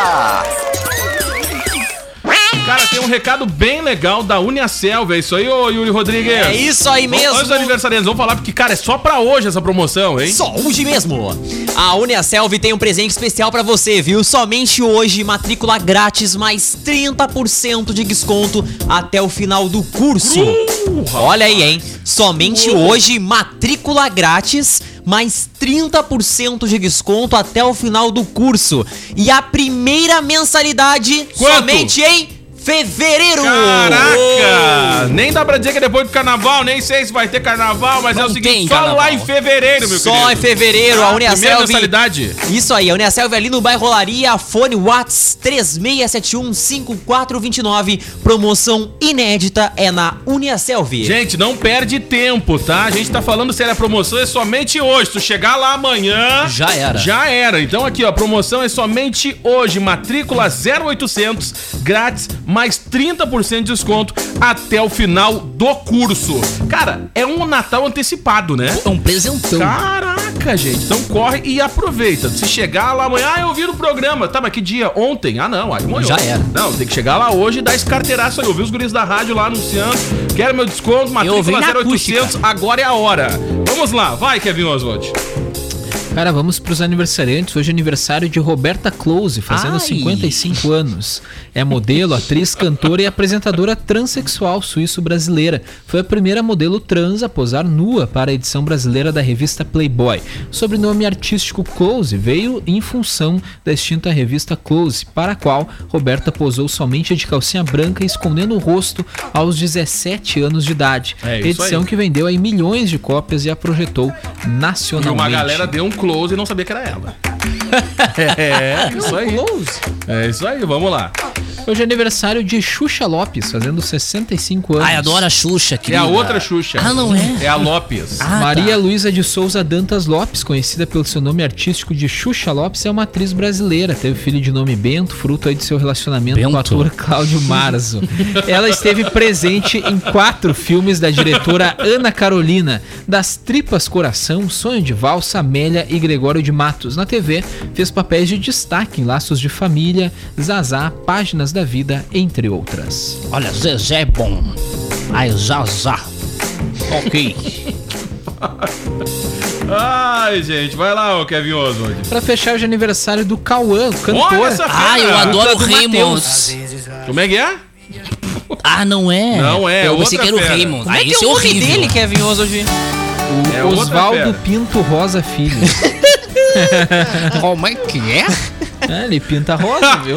Cara, tem um recado bem legal da Uniaselv, é isso aí, ô Yuri Rodrigues? É isso aí Vamos- mesmo. Antes do aniversariante, vamos falar, porque, cara, é só pra hoje essa promoção, hein? Só hoje mesmo. A Uniaselv tem um presente especial pra você, viu? Somente hoje, matrícula grátis, mais 30% de desconto até o final do curso. Uh, Olha aí, hein? Somente hoje, matrícula grátis, mais 30% de desconto até o final do curso. E a primeira mensalidade Quanto? somente em fevereiro. Caraca! Nem dá pra dizer que é depois do carnaval, nem sei se vai ter carnaval, mas é o Não seguinte, tem só carnaval. lá em fevereiro, meu Só em querido. fevereiro, a Primeira Uniaselv mensalidade. Isso é aí, a Uniaselv ali no bairro Olaria, fone Whats 36715429. Promoção inédita é na Uniaselv. Gente, não perde tempo, tá? A gente tá falando sério, a promoção é somente hoje. Tu chegar lá amanhã. Já era. Já era. Então aqui, ó, a promoção é somente hoje. Matrícula 0800, grátis, mais 30% de desconto até o final do curso. Cara, é um Natal antecipado, né? É um presentão. Caraca, Caraca, gente. Então corre e aproveita. Se chegar lá amanhã, ah, eu vi no programa. Tá, mas que dia? Ontem? Ah, não. Aí molhou. Já era. Não, tem que chegar lá hoje e dar esse carteiraço aí. Eu vi os guris da rádio lá anunciando. Quero meu desconto, ouvi matrícula na 0800. Agora é a hora. Vamos lá. Vai, Kevin Oswald. Cara, vamos pros aniversariantes. Hoje é aniversário de Roberta Close, fazendo Ai. 55 anos. É modelo, atriz, cantora e apresentadora transexual suíço-brasileira. Foi a primeira modelo trans a posar nua para a edição brasileira da revista Playboy. O sobrenome artístico Close veio em função da extinta revista Close, para a qual Roberta posou somente de calcinha branca, escondendo o rosto aos 17 anos de idade. É isso edição aí. que vendeu aí milhões de cópias e a projetou E nacionalmente. uma galera deu um close e não sabia que era ela. é, isso aí. É isso aí, vamos lá. Hoje é aniversário de Xuxa Lopes, fazendo 65 anos. Ai, adoro a Xuxa, É querida. a outra Xuxa. Ah, não é? É a Lopes. Ah, Maria tá. Luísa de Souza Dantas Lopes, conhecida pelo seu nome artístico de Xuxa Lopes, é uma atriz brasileira. Teve filho de nome Bento, fruto aí de seu relacionamento com o Bento. ator Cláudio Marzo. Ela esteve presente em quatro filmes da diretora Ana Carolina, Das Tripas Coração, Sonho de Valsa, Amélia e Gregório de Matos. Na TV, fez papéis de destaque em Laços de Família, Zazá, Páginas da Vida, entre outras. Olha, Zezé é bom. Ai, Zazá. Ok. Ai, gente, vai lá, ô Kevin Oswald. Pra fechar hoje é aniversário do Cauã, o cantor. Olha essa fera. Ah, eu adoro o do Raymond. Como é que é? Ah, não é? Não é, Eu outra pensei que era o fera. Raymond. Como é Aí que é esse é o nome horrível. dele, Kevin Oswald? O É outra Oswaldo fera. Pinto Rosa Filho. Como é que é? é, ele pinta rosa, viu?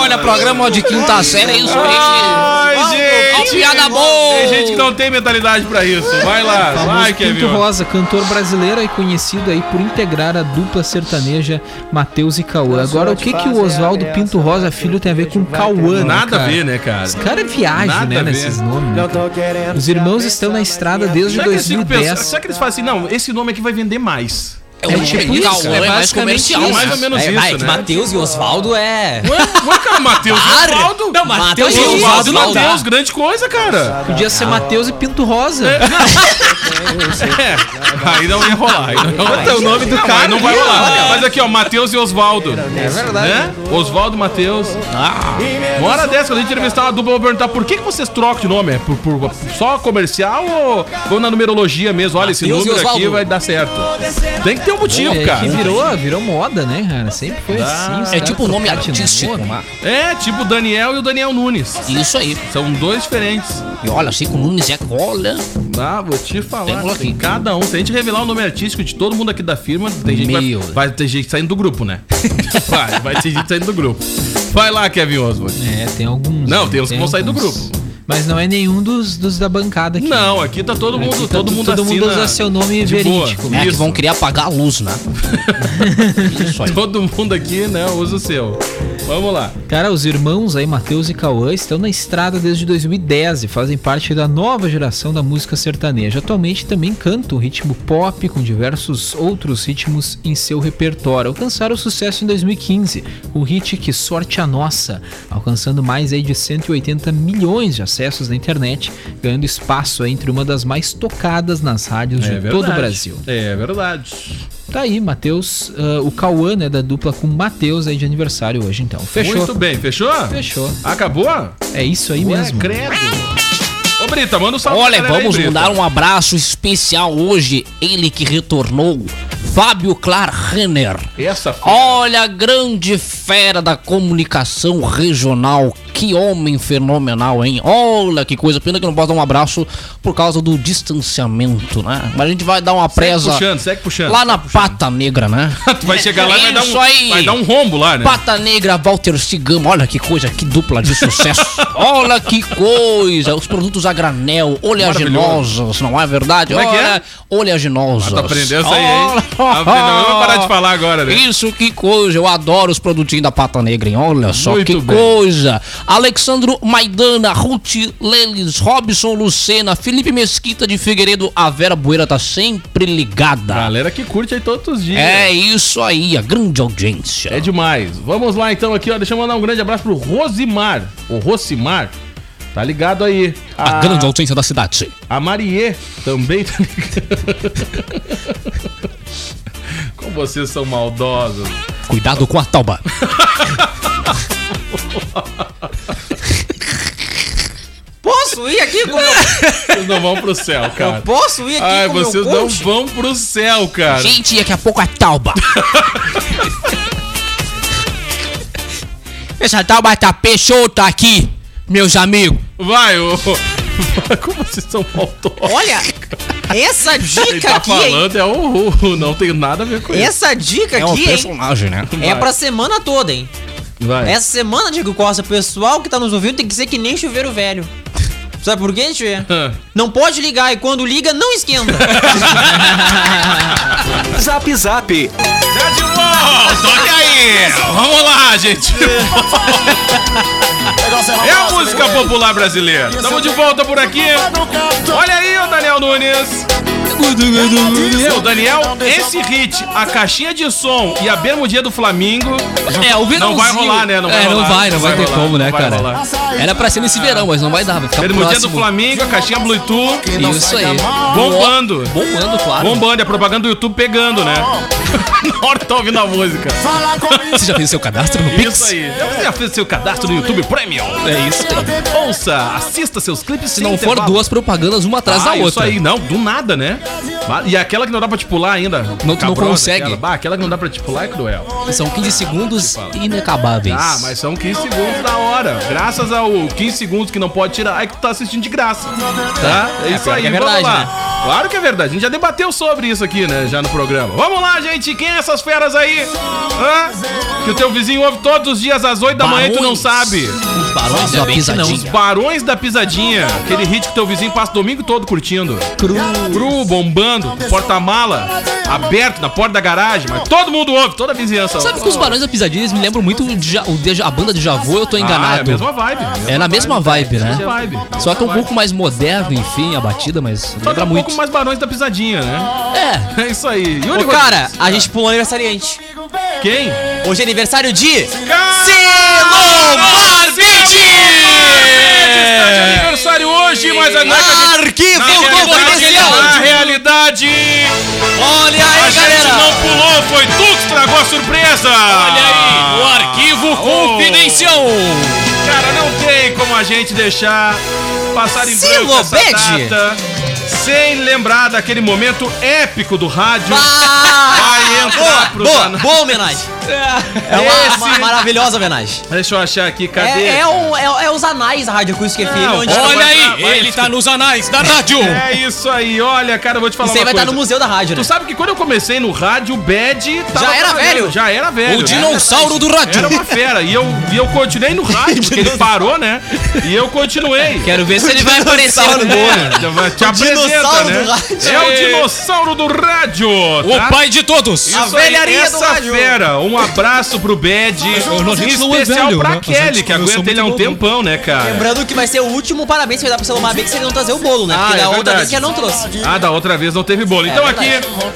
Olha, programa de quinta série, é isso aí. Ai, Ó, gente. piada boa. Tem gente que não tem mentalidade pra isso. Vai lá, vai, Famoso Kevin. Pinto Oswald. Rosa, cantor brasileiro e conhecido aí por integrar a dupla sertaneja Matheus e Cauã. Agora, o que que o Oswaldo Pinto Rosa Filho tem a ver com Cauã? né, Nada a cara? ver, né, cara? Os caras viajam, Nada a né, ver. nesses nomes. né, cara? Os irmãos estão na estrada desde Será que, eles ficam pensando, 2010. será que eles falam assim, não, esse nome aqui vai vender mais? É o tipo isso, Cauã é é mais basicamente comercial. isso. Mais ou menos É, isso, vai, né? Matheus e Oswaldo é. Ué, ué, cara, Matheus e Oswaldo? Não, Matheus e e Oswaldo não Oswaldo tem dá. uns grande coisa, cara. Podia ser Matheus e Pinto Rosa. É, aí não ia rolar. Aí não ia rolar. o nome do Não, cara, aí não vai rolar. Mas aqui, ó, Matheus e Oswaldo. É verdade. Né? Oswaldo Matheus. Ah, uma hora dessa, quando a gente entrevistar uma dupla, eu vou perguntar por que, que vocês trocam de nome? É Por, por- só comercial ou vão na numerologia mesmo? Olha, esse Matheus e número aqui Oswaldo. vai dar certo. Tem que ter um motivo, É, cara. que virou, virou moda, né, cara? Sempre foi assim. os É caras tipo um o nome trocar de artístico. né? nome. É, tipo o Daniel e o Daniel Nunes. Isso aí. São dois diferentes. E olha, sei que o Nunes é cola. Ah, vou te falar. Vamos lá, Tem aqui. cada um. Se a gente revelar o nome artístico de todo mundo aqui da firma, tem gente, que Meu. vai, vai ter gente saindo do grupo, né? vai, vai ter gente saindo do grupo. Vai lá, Kevin Oswald. É, tem alguns. Não, né? tem uns que vão sair do alguns. grupo. Mas não é nenhum dos, dos da bancada aqui. Não, aqui tá todo mundo, Aqui tá todo tu- mundo todo mundo assina usa seu nome de verídico. né? boa. É que Isso. vão querer apagar a luz, né? Isso aí. Todo mundo aqui, né, usa o seu. Vamos lá. Cara, os irmãos aí, Matheus e Cauã, estão na estrada desde 2010 e fazem parte da nova geração da música sertaneja. Atualmente também cantam um ritmo pop com diversos outros ritmos em seu repertório. Alcançaram sucesso em 2015, o um hit Que Sorte a Nossa, alcançando mais aí de 180 milhões de acessos na internet, ganhando espaço aí entre uma das mais tocadas nas rádios de todo o Brasil. É verdade. Tá aí, Matheus, ah, o Cauã, né, da dupla com o Matheus aí de aniversário hoje, então. Fechou. Muito bem, fechou? Fechou. Acabou? É isso aí Ué, mesmo. credo. Ô, Brita, manda um salve Olha, pra galera aí, vamos Brita. mandar um abraço especial hoje. Ele que retornou, Fábio Klarrenner. Essa f... Olha, a grande fera da comunicação regional. Que homem fenomenal, hein? Olha que coisa. Pena que eu não posso dar um abraço por causa do distanciamento, né? Mas a gente vai dar uma presa puxando, segue puxando, lá segue na Pata Negra, né? Tu vai chegar é lá e vai dar, um, Isso aí. vai dar um rombo lá, né? Pata Negra, Walter Cigama, olha que coisa, que dupla de sucesso. olha que coisa, os produtos a granel, oleaginosos, não é verdade? Como é que é? olha, oleaginosos. Tá aprendendo isso aí, hein? Olha- Aprendeu. Eu vou parar de falar agora, né? Isso, que coisa, eu adoro os produtinhos da Pata Negra, hein? Olha só Muito que bem. coisa. Alexandro Maidana, Ruth Lelis, Robson Lucena, Felipe Mesquita de Figueiredo, a Vera Bueira tá sempre ligada. Tá. Galera que curte aí todos os dias. É então. isso aí, a grande audiência. É demais. Vamos lá então aqui, ó. Deixa eu mandar um grande abraço pro Rosimar. O Rosimar. Tá ligado aí. A grande ausência da cidade. A Marie também tá ligada. Como vocês são maldosos. Cuidado com a tauba. Posso ir aqui com meu... Vocês não vão pro céu, cara. Posso ir aqui Ai, com meu vocês não coach? vão pro céu, cara. Gente, daqui a pouco a tauba. Essa tauba tá peixota aqui, meus amigos. Vai, ô. Como vocês são maldosos. Olha, essa Quem dica tá aqui, hein? falando é o Ru, não tem nada a ver com isso. Essa É dica aqui, hein? né? É pra semana toda, hein? É. Vai. Essa semana, Diego Costa, o pessoal que tá nos ouvindo tem que ser que nem chuveiro velho. Sabe por quê, Tchê? Ah. Não pode ligar e quando liga, não esquenta. Zap Zap. Tá Olha aí! Vamos lá, gente! É a música popular brasileira. Estamos de volta por aqui. Olha aí o Daniel Nunes. Meu, Daniel, esse hit, a caixinha de som e a bermudinha do Flamengo. É, o verãozinho. Não vai rolar, né? Não vai é, rolar. não vai, não Não vai vai, ter rolar, como, né, não vai cara? rolar. Era pra ser nesse verão, mas não vai dar, vai ficar Bermudinha próximo. do Flamengo, a caixinha Bluetooth. Isso aí. Bombando. Bombando, claro. Bombando, é a propaganda do YouTube pegando, né? Na hora que tá ouvindo a música. Você já fez seu cadastro no Pix? Isso aí. Então Você já fez seu cadastro no YouTube Premium? É isso aí. Ouça, assista seus clipes Se não for duas propagandas, uma atrás da ah, outra. isso aí, não, do nada, né? E aquela que não dá pra te pular ainda. não Cabrosa, consegue. Aquela. Bah, aquela que não dá pra te pular é cruel. São 15 segundos inacabáveis. Ah, mas são 15 segundos da hora. Graças ao 15 segundos que não pode tirar, é que tu tá assistindo de graça. Tá? É, isso pior aí, que é vamos verdade, lá. né? Claro que é verdade. A gente já debateu sobre isso aqui, né? Já no programa. Vamos lá, gente. Quem é essas feras aí? Hã? Que o teu vizinho ouve todos os dias às 8 da manhã e tu não Barões. sabe. Os barões Só é bem que não. Os Barões da Pisadinha, aquele hit que teu vizinho passa o domingo todo curtindo. Cru. Cru, bombando, porta-mala, aberto na porta da garagem, mas todo mundo ouve, toda a vizinhança Sabe que os barões da pisadinha eles me lembram muito de, Ja- o de, a banda de Javô, eu tô Ah, é a enganado. mesma vibe. É na mesma vibe, né? Mesma vibe. Só que é um Mesma pouco mais moderno, enfim, a batida, mas Só que lembra um muito. pouco mais Barões da Pisadinha, né? É, É isso aí. Yuri Ô, Rodrigues. cara, a gente pulou aniversariante. Quem? Hoje é aniversário de... Está de aniversário hoje, mas a Arquivo Na realidade, Olha a aí, gente não pulou, foi tu que estragou a surpresa! Olha aí, o arquivo confidencial. Cara, não tem como a gente deixar passar em Silo branco essa Bede. data sem lembrar daquele momento épico do rádio. Ah, Vai entrar pro boa, Zanão. boa homenagem. É uma ma- maravilhosa homenagem. Deixa eu achar aqui, cadê? É, é, o, é, é os anais da Rádio Acústica FM. Não, Onde olha vai- aí, ele tá nos anais da rádio. É isso aí, olha, cara, eu vou te falar Isso uma aí vai coisa. estar no Museu da Rádio, né? Tu sabe que quando eu comecei no rádio, o Bad tava Já era trabalhando, velho. é Já era velho. dinossauro do rádio. né? Era uma fera. E eu, e eu continuei no rádio, porque ele parou, né? E eu continuei. Quero ver se ele vai aparecer no É, te apresenta, dinossauro né? do rádio. É o dinossauro do rádio. tá? de todos. Isso aí, velharia do essa rádio. fera, um abraço pro Bad, nós em gente não é especial velho, pra né? A Kelly, gente- que eu sou aguenta ele há um muito novo. tempão, né, cara? Lembrando que vai ser o último parabéns que vai dar pro Salomar Bem, se ele não trazer o bolo, né? Ah, Porque é da outra verdade. vez que ele não trouxe. Ah, da outra vez não teve É bolo. Então aqui,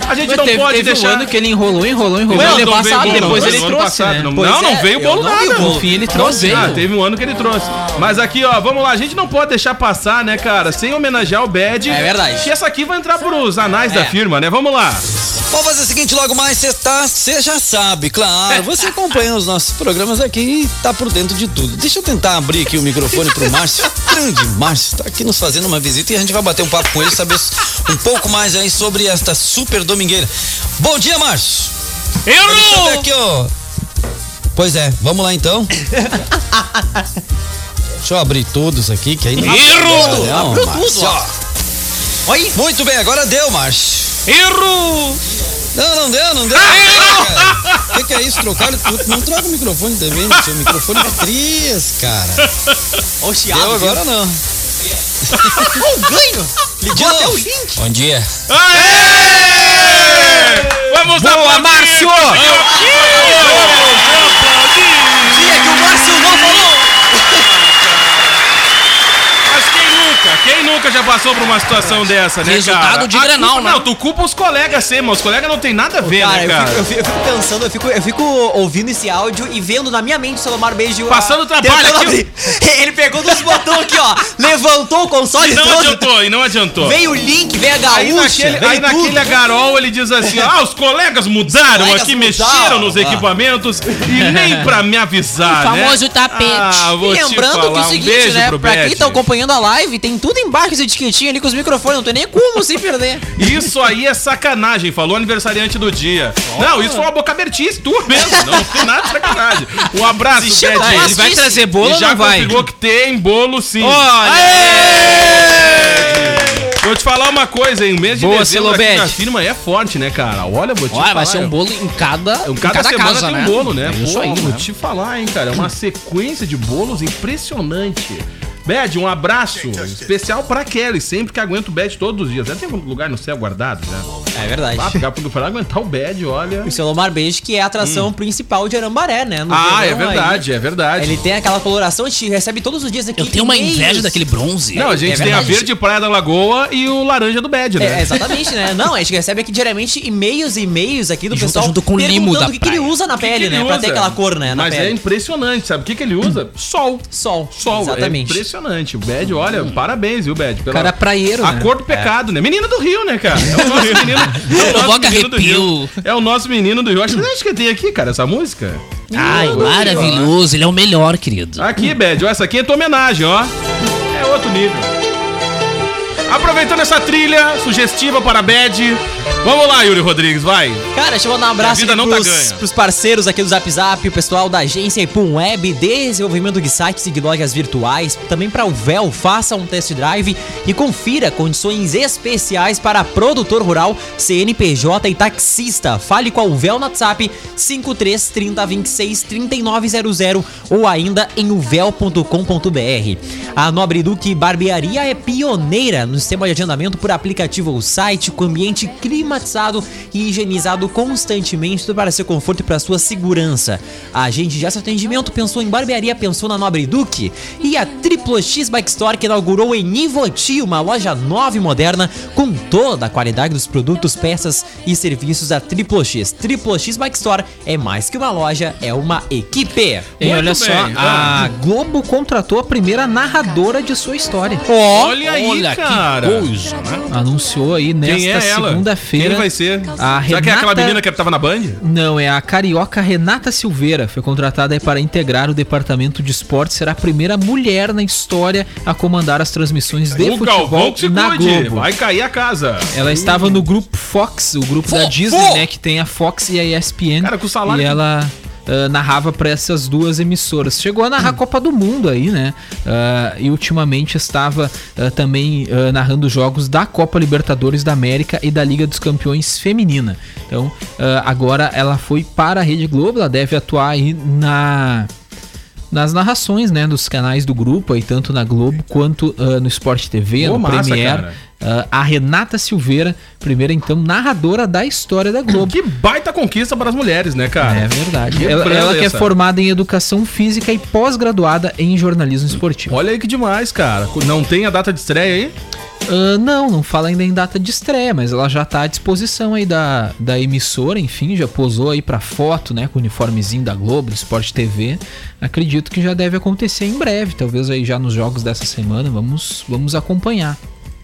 a gente Mas não teve, pode teve deixar... um ano que ele enrolou, enrolou, enrolou. Não, ele não veio passado, bolo, depois não, ele ano trouxe, passado, né? Não, Pois não, não é, veio eu bolo não nada. vi o bolo. No fim ele Não trouxe. veio. né? Ah, Tá, teve um ano que ele trouxe. Mas aqui, ó, vamos lá. A gente não pode deixar passar, né, cara, sem homenagear o Bad. É verdade. Que essa aqui vai entrar pros anais da firma, né? Vamos lá. É. Vamos fazer o seguinte, logo mais você tá, você já sabe, claro. Você acompanha os nossos programas aqui e tá por dentro de tudo. Deixa eu tentar abrir aqui o microfone pro Márcio. Grande Márcio, tá aqui nos fazendo uma visita e a gente vai bater um papo com ele, saber um pouco mais aí sobre esta super domingueira. Bom dia, Márcio. Deixa eu ver aqui, ó. Pois é, vamos lá então. Deixa eu abrir todos aqui, que aí não Erro! Não, Abriu Márcio, tudo, ó. ó. Muito bem, agora deu, Márcio. Erro! Não, não deu, não deu. O que, que é isso? Trocaram tudo. Não troca o microfone também, meu senhor. Microfone de três, cara. Ó, o Deu chiado, viu? agora não. Ó, o ganho. De Ligou até novo. o link. Bom dia. Aê! Vamos Boa, Márcio! Dia que o Márcio não falou. Mas quem nunca? Quem nunca nunca já passou por uma situação dessa, né, Resultado cara? de A Grenal, culpa- né? Não, tu culpa os colegas, sim, mas os colegas não tem nada a ver, Cara, né, eu cara? fico, eu fico- eu fico pensando, eu fico, eu fico ouvindo esse áudio e vendo na minha mente o Salomar Beijo. Passando ah, trabalho tentando aqui. abrir. Ele pegou nos botões aqui, ó. Levantou o console E não trouxe- adiantou, e não adiantou. Veio o link, veio a gaúcha. Aí naquele, veio aí tudo. naquele agarol ele diz assim: Ah, os colegas mudaram Os colegas aqui, mudaram, mexeram nos ah." equipamentos e nem pra me avisar. O famoso né? tapete. Ah, vou te Lembrando que falar, é o um seguinte, beijo né? pro Pra quem Bete. tá acompanhando a live, tem tudo embaixo desse etiquetinho ali com os microfones, não tem nem como se perder. Isso aí é sacanagem, falou o aniversariante do dia. Não, isso foi uma boca abertice, tu mesmo. Não tem nada de sacanagem. Um abraço, Se chama Bete. ele vai trazer bolo E ou já não vai? confirmou que tem bolo sim. Olha! Vou te falar uma coisa, hein? O mês de é. Boa, dezembro aqui Celobete. na firma é forte, né, cara? Olha, vou te Olha, vai falar, ser um eu- um bolo em cada, em Cada, cada semana casa, tem né? um bolo, né? É isso Pô, aí, vou né? te falar, hein, cara. É uma sequência de bolos impressionante. Bad, um abraço especial pra Kelly, sempre que aguenta o Bad todos os dias. Deve ter um lugar no céu guardado, né? É verdade. Lá, pegar pro pra aguentar o Bad, olha. O seu Lomar Beijo, que é a atração principal de Arambaré, né? No Hum. Ah, é verão aí. verdade, é verdade. Ele tem aquela coloração, a gente recebe todos os dias aqui. Eu tenho uma e-mails. inveja daquele bronze. Não, a gente É tem a verdade. verde praia da lagoa e o laranja do Bad, né? É, exatamente, né? Não, a gente recebe aqui diariamente e-mails e e-mails aqui do E junto- pessoal junto com o limo perguntando da o que, que ele praia. usa na O que pele, que né? ele Pra ter usa? aquela cor, né? Na Mas é pele. impressionante, sabe? O que, que ele usa? Sol. Sol. Sol, é Exatamente. impressionante. O Bad, olha, parabéns, viu, Bad? Pela... Cara praieiro, A né? cor do É. pecado, né? Menino do Rio, né, cara? É o nosso menino, é o nosso Provoca menino do Rio. arrepio. É o nosso menino do Rio. Acho que acho que tem aqui, cara, essa música. Ai, maravilhoso. Ele é o melhor, querido. Aqui, Bad, ó, essa aqui é tua homenagem, ó. É outro nível. Aproveitando essa trilha sugestiva para Bad, vamos lá, Yuri Rodrigues, vai. Cara, deixa eu mandar um abraço A vida aqui não tá pros, ganha. pros parceiros aqui do Zap Zap, o pessoal da agência Ipum Web, desenvolvimento de sites e lojas virtuais, também para o véu, faça um test drive e confira condições especiais para produtor rural, CNPJ e taxista. Fale com a Uvel no WhatsApp 5330 26 3900 ou ainda em uvel.com.br. A Nobre Duque Barbearia é pioneira no sistema de agendamento por aplicativo ou site com ambiente climatizado e higienizado constantemente tudo para seu conforto e para sua segurança. A gente já seu atendimento pensou em barbearia, pensou na Nobre Duque e a Triplo X Bike Store que inaugurou em Nivoti uma loja nova e moderna com toda a qualidade dos produtos, peças e serviços da Triplo X. Triplo X Bike Store é mais que uma loja, é uma equipe. E olha Muito só, bem, Ah. a Globo contratou a primeira narradora de sua história. Olha aí, Olha que cara. coisa, né? Anunciou aí Quem nesta é ela? segunda-feira. Quem vai ser? Será A que é aquela Renata- menina que tava na Band? Não, é a carioca Renata Silveira. Foi contratada aí para integrar o departamento de esporte. Será a primeira mulher na história a comandar as transmissões de o futebol Galvão que se na cuide. Globo. É. Vai cair a casa. Ela estava no grupo Fox, o grupo da Disney, fo. né? Que tem a Fox e a ESPN. Cara, com o salário E que- ela ah, narrava para essas duas emissoras. Chegou a narrar Hum. a Copa do Mundo aí, né? Ah, e ultimamente estava ah, também ah, narrando jogos da Copa Libertadores da América e da Liga dos Campeões Feminina. Então, ah, agora ela foi para a Rede Globo, ela deve atuar aí na nas narrações, né, dos canais do grupo, aí tanto na Globo quanto ah, no Sport TV, Pô, no massa, Premiere. cara. Ah, a Renata Silveira, primeira então narradora da história da Globo. Que baita conquista para as mulheres, né, cara? É verdade. Que Ela, beleza. ela que é formada em educação física e pós-graduada em jornalismo esportivo. Olha aí que demais, cara. Não tem a data de estreia aí? Ah, não, não fala ainda em data de estreia, mas ela já tá à disposição aí da, da emissora, enfim, já posou aí pra foto, né, com o uniformezinho da Globo, do Sport TV. Acredito que já deve acontecer em breve, talvez aí já nos jogos dessa semana, vamos, vamos acompanhar.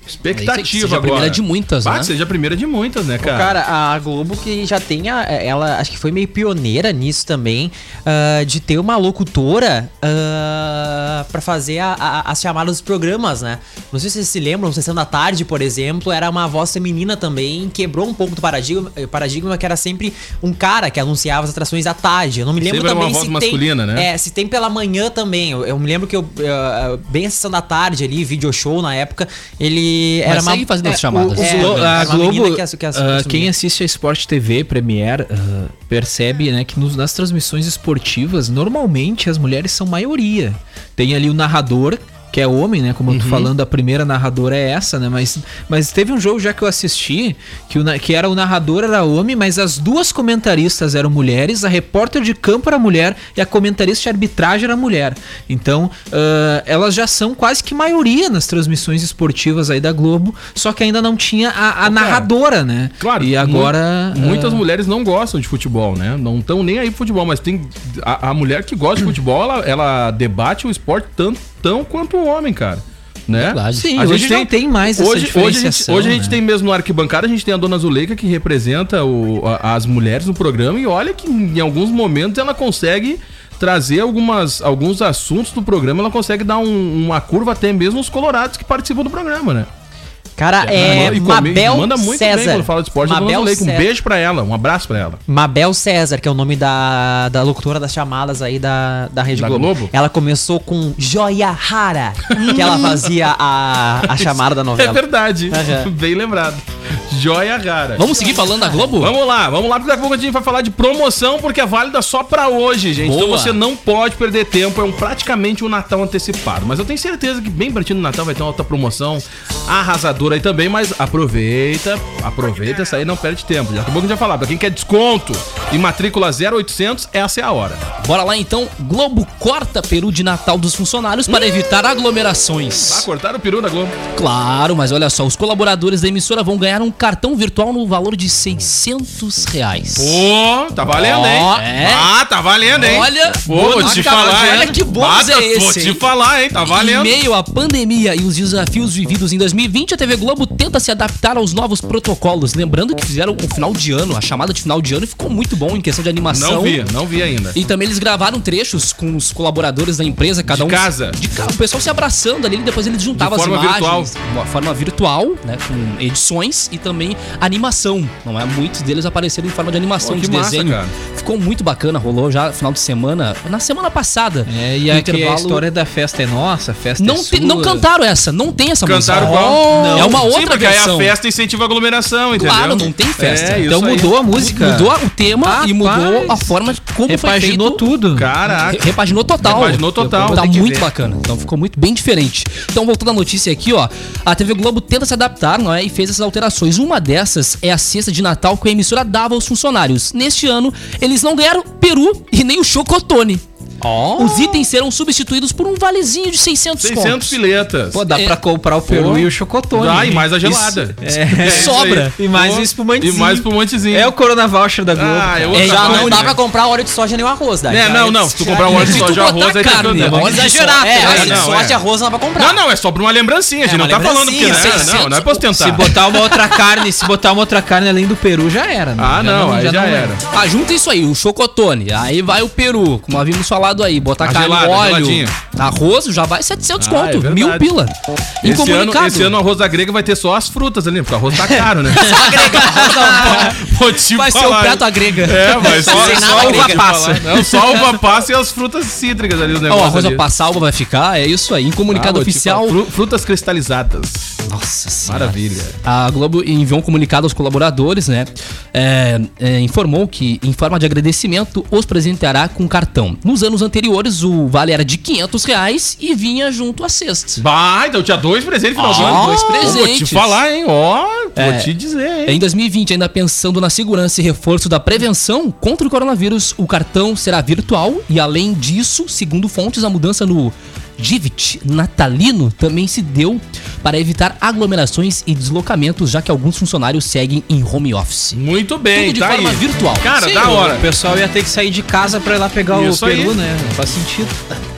Expectativa Aí seja a agora. primeira de muitas, Bah, né? Seja a primeira de muitas, né, Pô, cara? cara, a Globo que já tem a, é, ela acho que foi meio pioneira nisso também ah, de ter uma locutora ah, pra fazer a- a- as chamadas dos programas, né? Não sei se vocês se lembram, Sessão da Tarde, por exemplo, era uma voz feminina também, quebrou um pouco do paradigma, eh, paradigma que era sempre um cara que anunciava as atrações da tarde. Eu não me lembro Sempre era também uma voz se masculina, tem, né? É, é, se tem pela manhã também. Eu, eu me lembro que eu, eh, bem a sessão da tarde ali, video show na época, ele Mas era uma. segue fazendo é, as né? chamadas. o- É, o- Glo- a era uma menina Globo, que é ass- que ass- ah, assumia. quem assiste a Sport TV, Premiere, ah, percebe né, que nos- nas transmissões esportivas, normalmente as mulheres são maioria. Tem ali o narrador, que é homem, né? Como eu tô falando, a primeira narradora é essa, né? Mas, mas teve um jogo já que eu assisti, que, o, na- que era o narrador era homem, mas as duas comentaristas eram mulheres, a repórter de campo era mulher e a comentarista de arbitragem era mulher. Então, ah, elas já são quase que maioria nas transmissões esportivas aí da Globo, só que ainda não tinha a, a narradora, né? Claro. E agora. mu- Muitas é, ah, mulheres não gostam de futebol, né? Não estão nem aí pro futebol, mas tem. A, a mulher que gosta de futebol, ela, ela debate o esporte tanto tão quanto o homem, cara. Né? Verdade. Sim, hoje não tem mais essa hoje, hoje, a gente, diferenciação, hoje a gente né? tem mesmo na arquibancada, a gente tem a dona Zuleika que representa o- a- as mulheres no programa e olha que em alguns momentos ela consegue trazer algumas, alguns assuntos do programa, ela consegue dar um- uma curva até mesmo os colorados que participam do programa, né? Cara, é e come- Mabel manda muito César. bem quando fala de esporte. Mabel Mabel Leite, um César. beijo pra ela, um abraço pra ela. Mabel César, que é o nome da, da locutora das chamadas aí da, da Rede Da Globo. Globo? Ela começou com Joia Rara, que ela fazia a, a chamada da É novela. verdade, Aham. bem lembrado. Joia rara. Vamos seguir falando da Globo? Vamos lá, vamos lá, porque daqui a pouco a gente vai falar de promoção, porque é válida só pra hoje, gente. Então Boa. você não pode perder tempo, é um, praticamente um Natal antecipado. Mas eu tenho certeza que bem pertinho do Natal vai ter uma outra promoção arrasadora aí também, mas aproveita, aproveita essa aí, não perde tempo. Daqui a pouco a gente vai falar, pra quem quer desconto e matrícula 0800, essa é a hora. Bora lá então. Globo corta peru de Natal dos funcionários para evitar Ah, aglomerações. Ah, cortaram o peru da Globo. Claro, mas olha só, os colaboradores da emissora vão ganhar um cartão virtual no valor de 600 reais. Pô, tá valendo, hein? Ó, é. Ah, tá valendo, hein? Olha, Pô, vou boa te cara, falar, hein? olha que bônus Bata, é esse, Vou te hein? falar, hein? Tá valendo. Em meio à pandemia e os desafios vividos em 2020, a TV Globo tenta se adaptar aos novos protocolos. Lembrando que fizeram o final de ano, a chamada de final de ano ficou muito bom em questão de animação. Não vi, não vi ainda. E também eles gravaram trechos com os colaboradores da empresa, cada De um. casa. De casa. O pessoal se abraçando ali, depois eles juntavam De forma as imagens. virtual. De Uma forma virtual, né? Com edições e também animação. Não é? Muitos deles apareceram em forma de animação, Pô, que de massa, desenho. Tá cara. Ficou muito bacana, rolou já no final de semana. Na semana passada. É, e no aqui a história da festa é nossa, a festa é Não, sua. te- não cantaram essa, não tem essa Cantaram música. qual? Não. É uma Sim, outra porque versão. aí a festa incentiva a aglomeração, entendeu? Claro, não tem festa. É, Então isso aí. mudou a música. Mudou o tema e Rapaz. mudou a forma de como Repaginou foi feito. tudo. Re- Caraca. Repaginou total. Repaginou total. Tá Tem que muito ver. bacana. Então ficou muito bem diferente. Então, voltando à notícia aqui, ó. A TV Globo tenta se adaptar, não é? E fez essas alterações. Uma dessas é a cesta de Natal que a emissora dava aos funcionários. Neste ano, eles não ganharam peru e nem o chocotone. Os itens serão substituídos por um valezinho de 600 600 contos. filetas. Pô, dá É. pra comprar o peru Pô. e o chocotone. Ah, e hein? mais a gelada. Isso- É isso Sobra. aí. E mais Pô, um espumantezinho. E mais espumantezinho. É o Corona Voucher da Globo. Ah, cara. é É, outra já coisa, não dá né? pra comprar óleo de soja nem o arroz, daí. É, Já não, é- não. Se tu comprar um óleo de Se tu soja de botar arroz, aí tá carne, tudo. é bom Não, Vamos exagerar, É, é, óleo não, de soja é. e arroz não dá pra comprar. não, é só pra uma lembrancinha. A gente É, não uma tá falando porque, né? lembrancinha, Não, não é pra Se ostentar. botar uma outra carne, se botar uma outra carne além do peru, já era. né? Ah, não, aí já é. era. Ah, junta isso aí, o chocotone. Aí vai o peru, como havíamos falado aí. Botar A carne, gelada, óleo, geladinha. arroz, já vai 700 Ah, é conto. verdade. mil pila. Esse ano, Incomunicado. esse ano o arroz da grega vai ter só as frutas ali, porque o arroz tá caro, né? Vou te vai ser o falar, prato agrega. É, mas só, Sem nada só uva grega. passa. Não, só uva passa e as frutas cítricas ali, os Ó, o negócios. arroz ali. a salva vai ficar, é isso aí. Incomunicado Ah, vou te oficial. falar, fru- frutas cristalizadas. Nossa senhora. Maravilha. A Globo enviou um comunicado aos colaboradores, né? É, é, informou que, em forma de agradecimento, os presenteará com cartão. Nos anos anteriores, o vale era de 500 reais e vinha junto a cesta. Bah, então tinha dois presentes no final Ah, dois Vou te presentes. falar, hein? Ó, vou É. te dizer, hein? Em 2020, ainda pensando na segurança e reforço da prevenção contra o coronavírus, o cartão será virtual e, além disso, segundo fontes, a mudança no DIVIT natalino também se deu para evitar aglomerações e deslocamentos, já que alguns funcionários seguem em home office. Muito bem, Tudo de tá forma aí. virtual. Cara, Sim, da hora. O pessoal ia ter que sair de casa pra ir lá pegar Isso o aí. peru, né? Não faz sentido.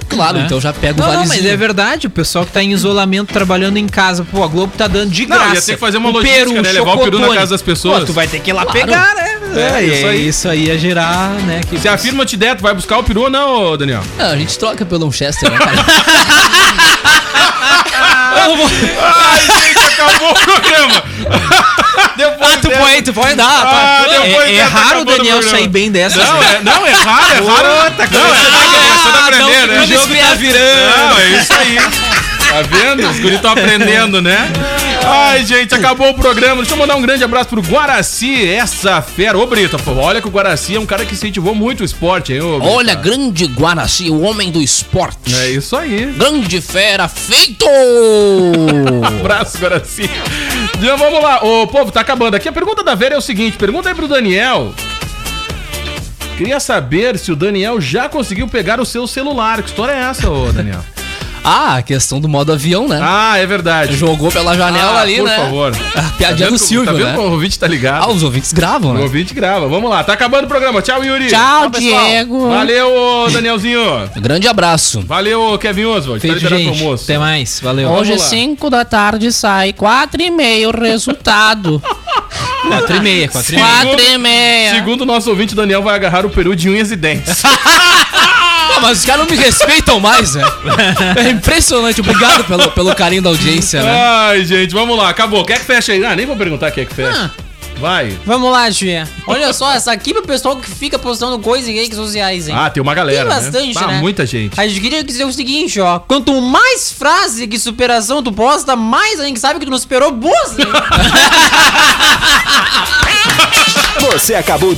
Claro, É. então já pega o Não, não, valezinho. mas é verdade. O pessoal que tá em isolamento, trabalhando em casa, pô, a Globo tá dando de Não, ia graça. ter que fazer uma O logística, né? Levar o peru chocotone. na casa das pessoas. Pô, tu vai ter que ir lá Claro. pegar, né? É, É, isso aí. isso, aí. isso aí ia gerar, né? Que Se a firma te der, tu vai buscar o peru ou não, ô, Daniel? Não, Ah, a gente troca pelo Manchester, né, cara? Ai, gente, acabou o programa. depois Ah, tu dessa- põe, tu põe dar. Ah, tá. depois é, é dessa raro acabou o do Daniel programa. sair bem dessa. Não, né? é, não, é raro, é raro. não, é raro, é raro, tá aprendendo, né? o jogo tá virando. Não, é isso aí. Tá vendo? Os guris estão aprendendo, né? Ai, gente, acabou o programa. Deixa eu mandar um grande abraço pro Guaraci, essa fera. Ô, Brita, pô, olha que o Guaraci é um cara que incentivou muito o esporte, hein, ô, Brita? Olha, grande Guaraci, o homem do esporte. É isso aí. Grande fera, feito! Um Abraço, Guaraci. Já vamos lá. Ô, povo, tá acabando aqui. A pergunta da Vera é o seguinte: pergunta aí pro Daniel. Queria saber se o Daniel já conseguiu pegar o seu celular. Que história é essa, ô Daniel? Ah, a questão do modo avião, né? Ah, é verdade. Jogou pela janela Ah, ali, por né? favor. A piadinha Tá do vendo como- Silvio, Tá vendo né? como o ouvinte tá ligado? Ah, os ouvintes gravam, O né? ouvinte grava. Vamos lá, tá acabando o programa. Tchau, Yuri. Tchau, pessoal. Diego. Valeu, ô, Danielzinho. Grande abraço. Valeu, Kevin Oswald. Tá Feito, liberado pro gente. Até mais. Valeu. Vamos Hoje, lá. 5 da tarde, sai 4 e meia o resultado. 4 e meia, 4 e meia. é. Segundo- 4 e meia. Segundo o nosso ouvinte, o Daniel vai agarrar o peru de unhas e dentes. Ah, mas os caras não me respeitam mais, né? É impressionante. Obrigado pelo, pelo carinho da audiência, né? Ai, gente, vamos lá. Acabou. Quer que feche aí? Ah, nem vou perguntar quem é que fecha. Vai. Vamos lá, tia. Olha só, essa aqui é pro pessoal que fica postando coisas em redes sociais, hein? Ah, tem uma galera, Tem bastante, né? Ah, né? muita gente. A gente queria dizer o seguinte, ó. Quanto mais frase de superação tu posta, mais a gente sabe que tu não superou boas, né? Você acabou de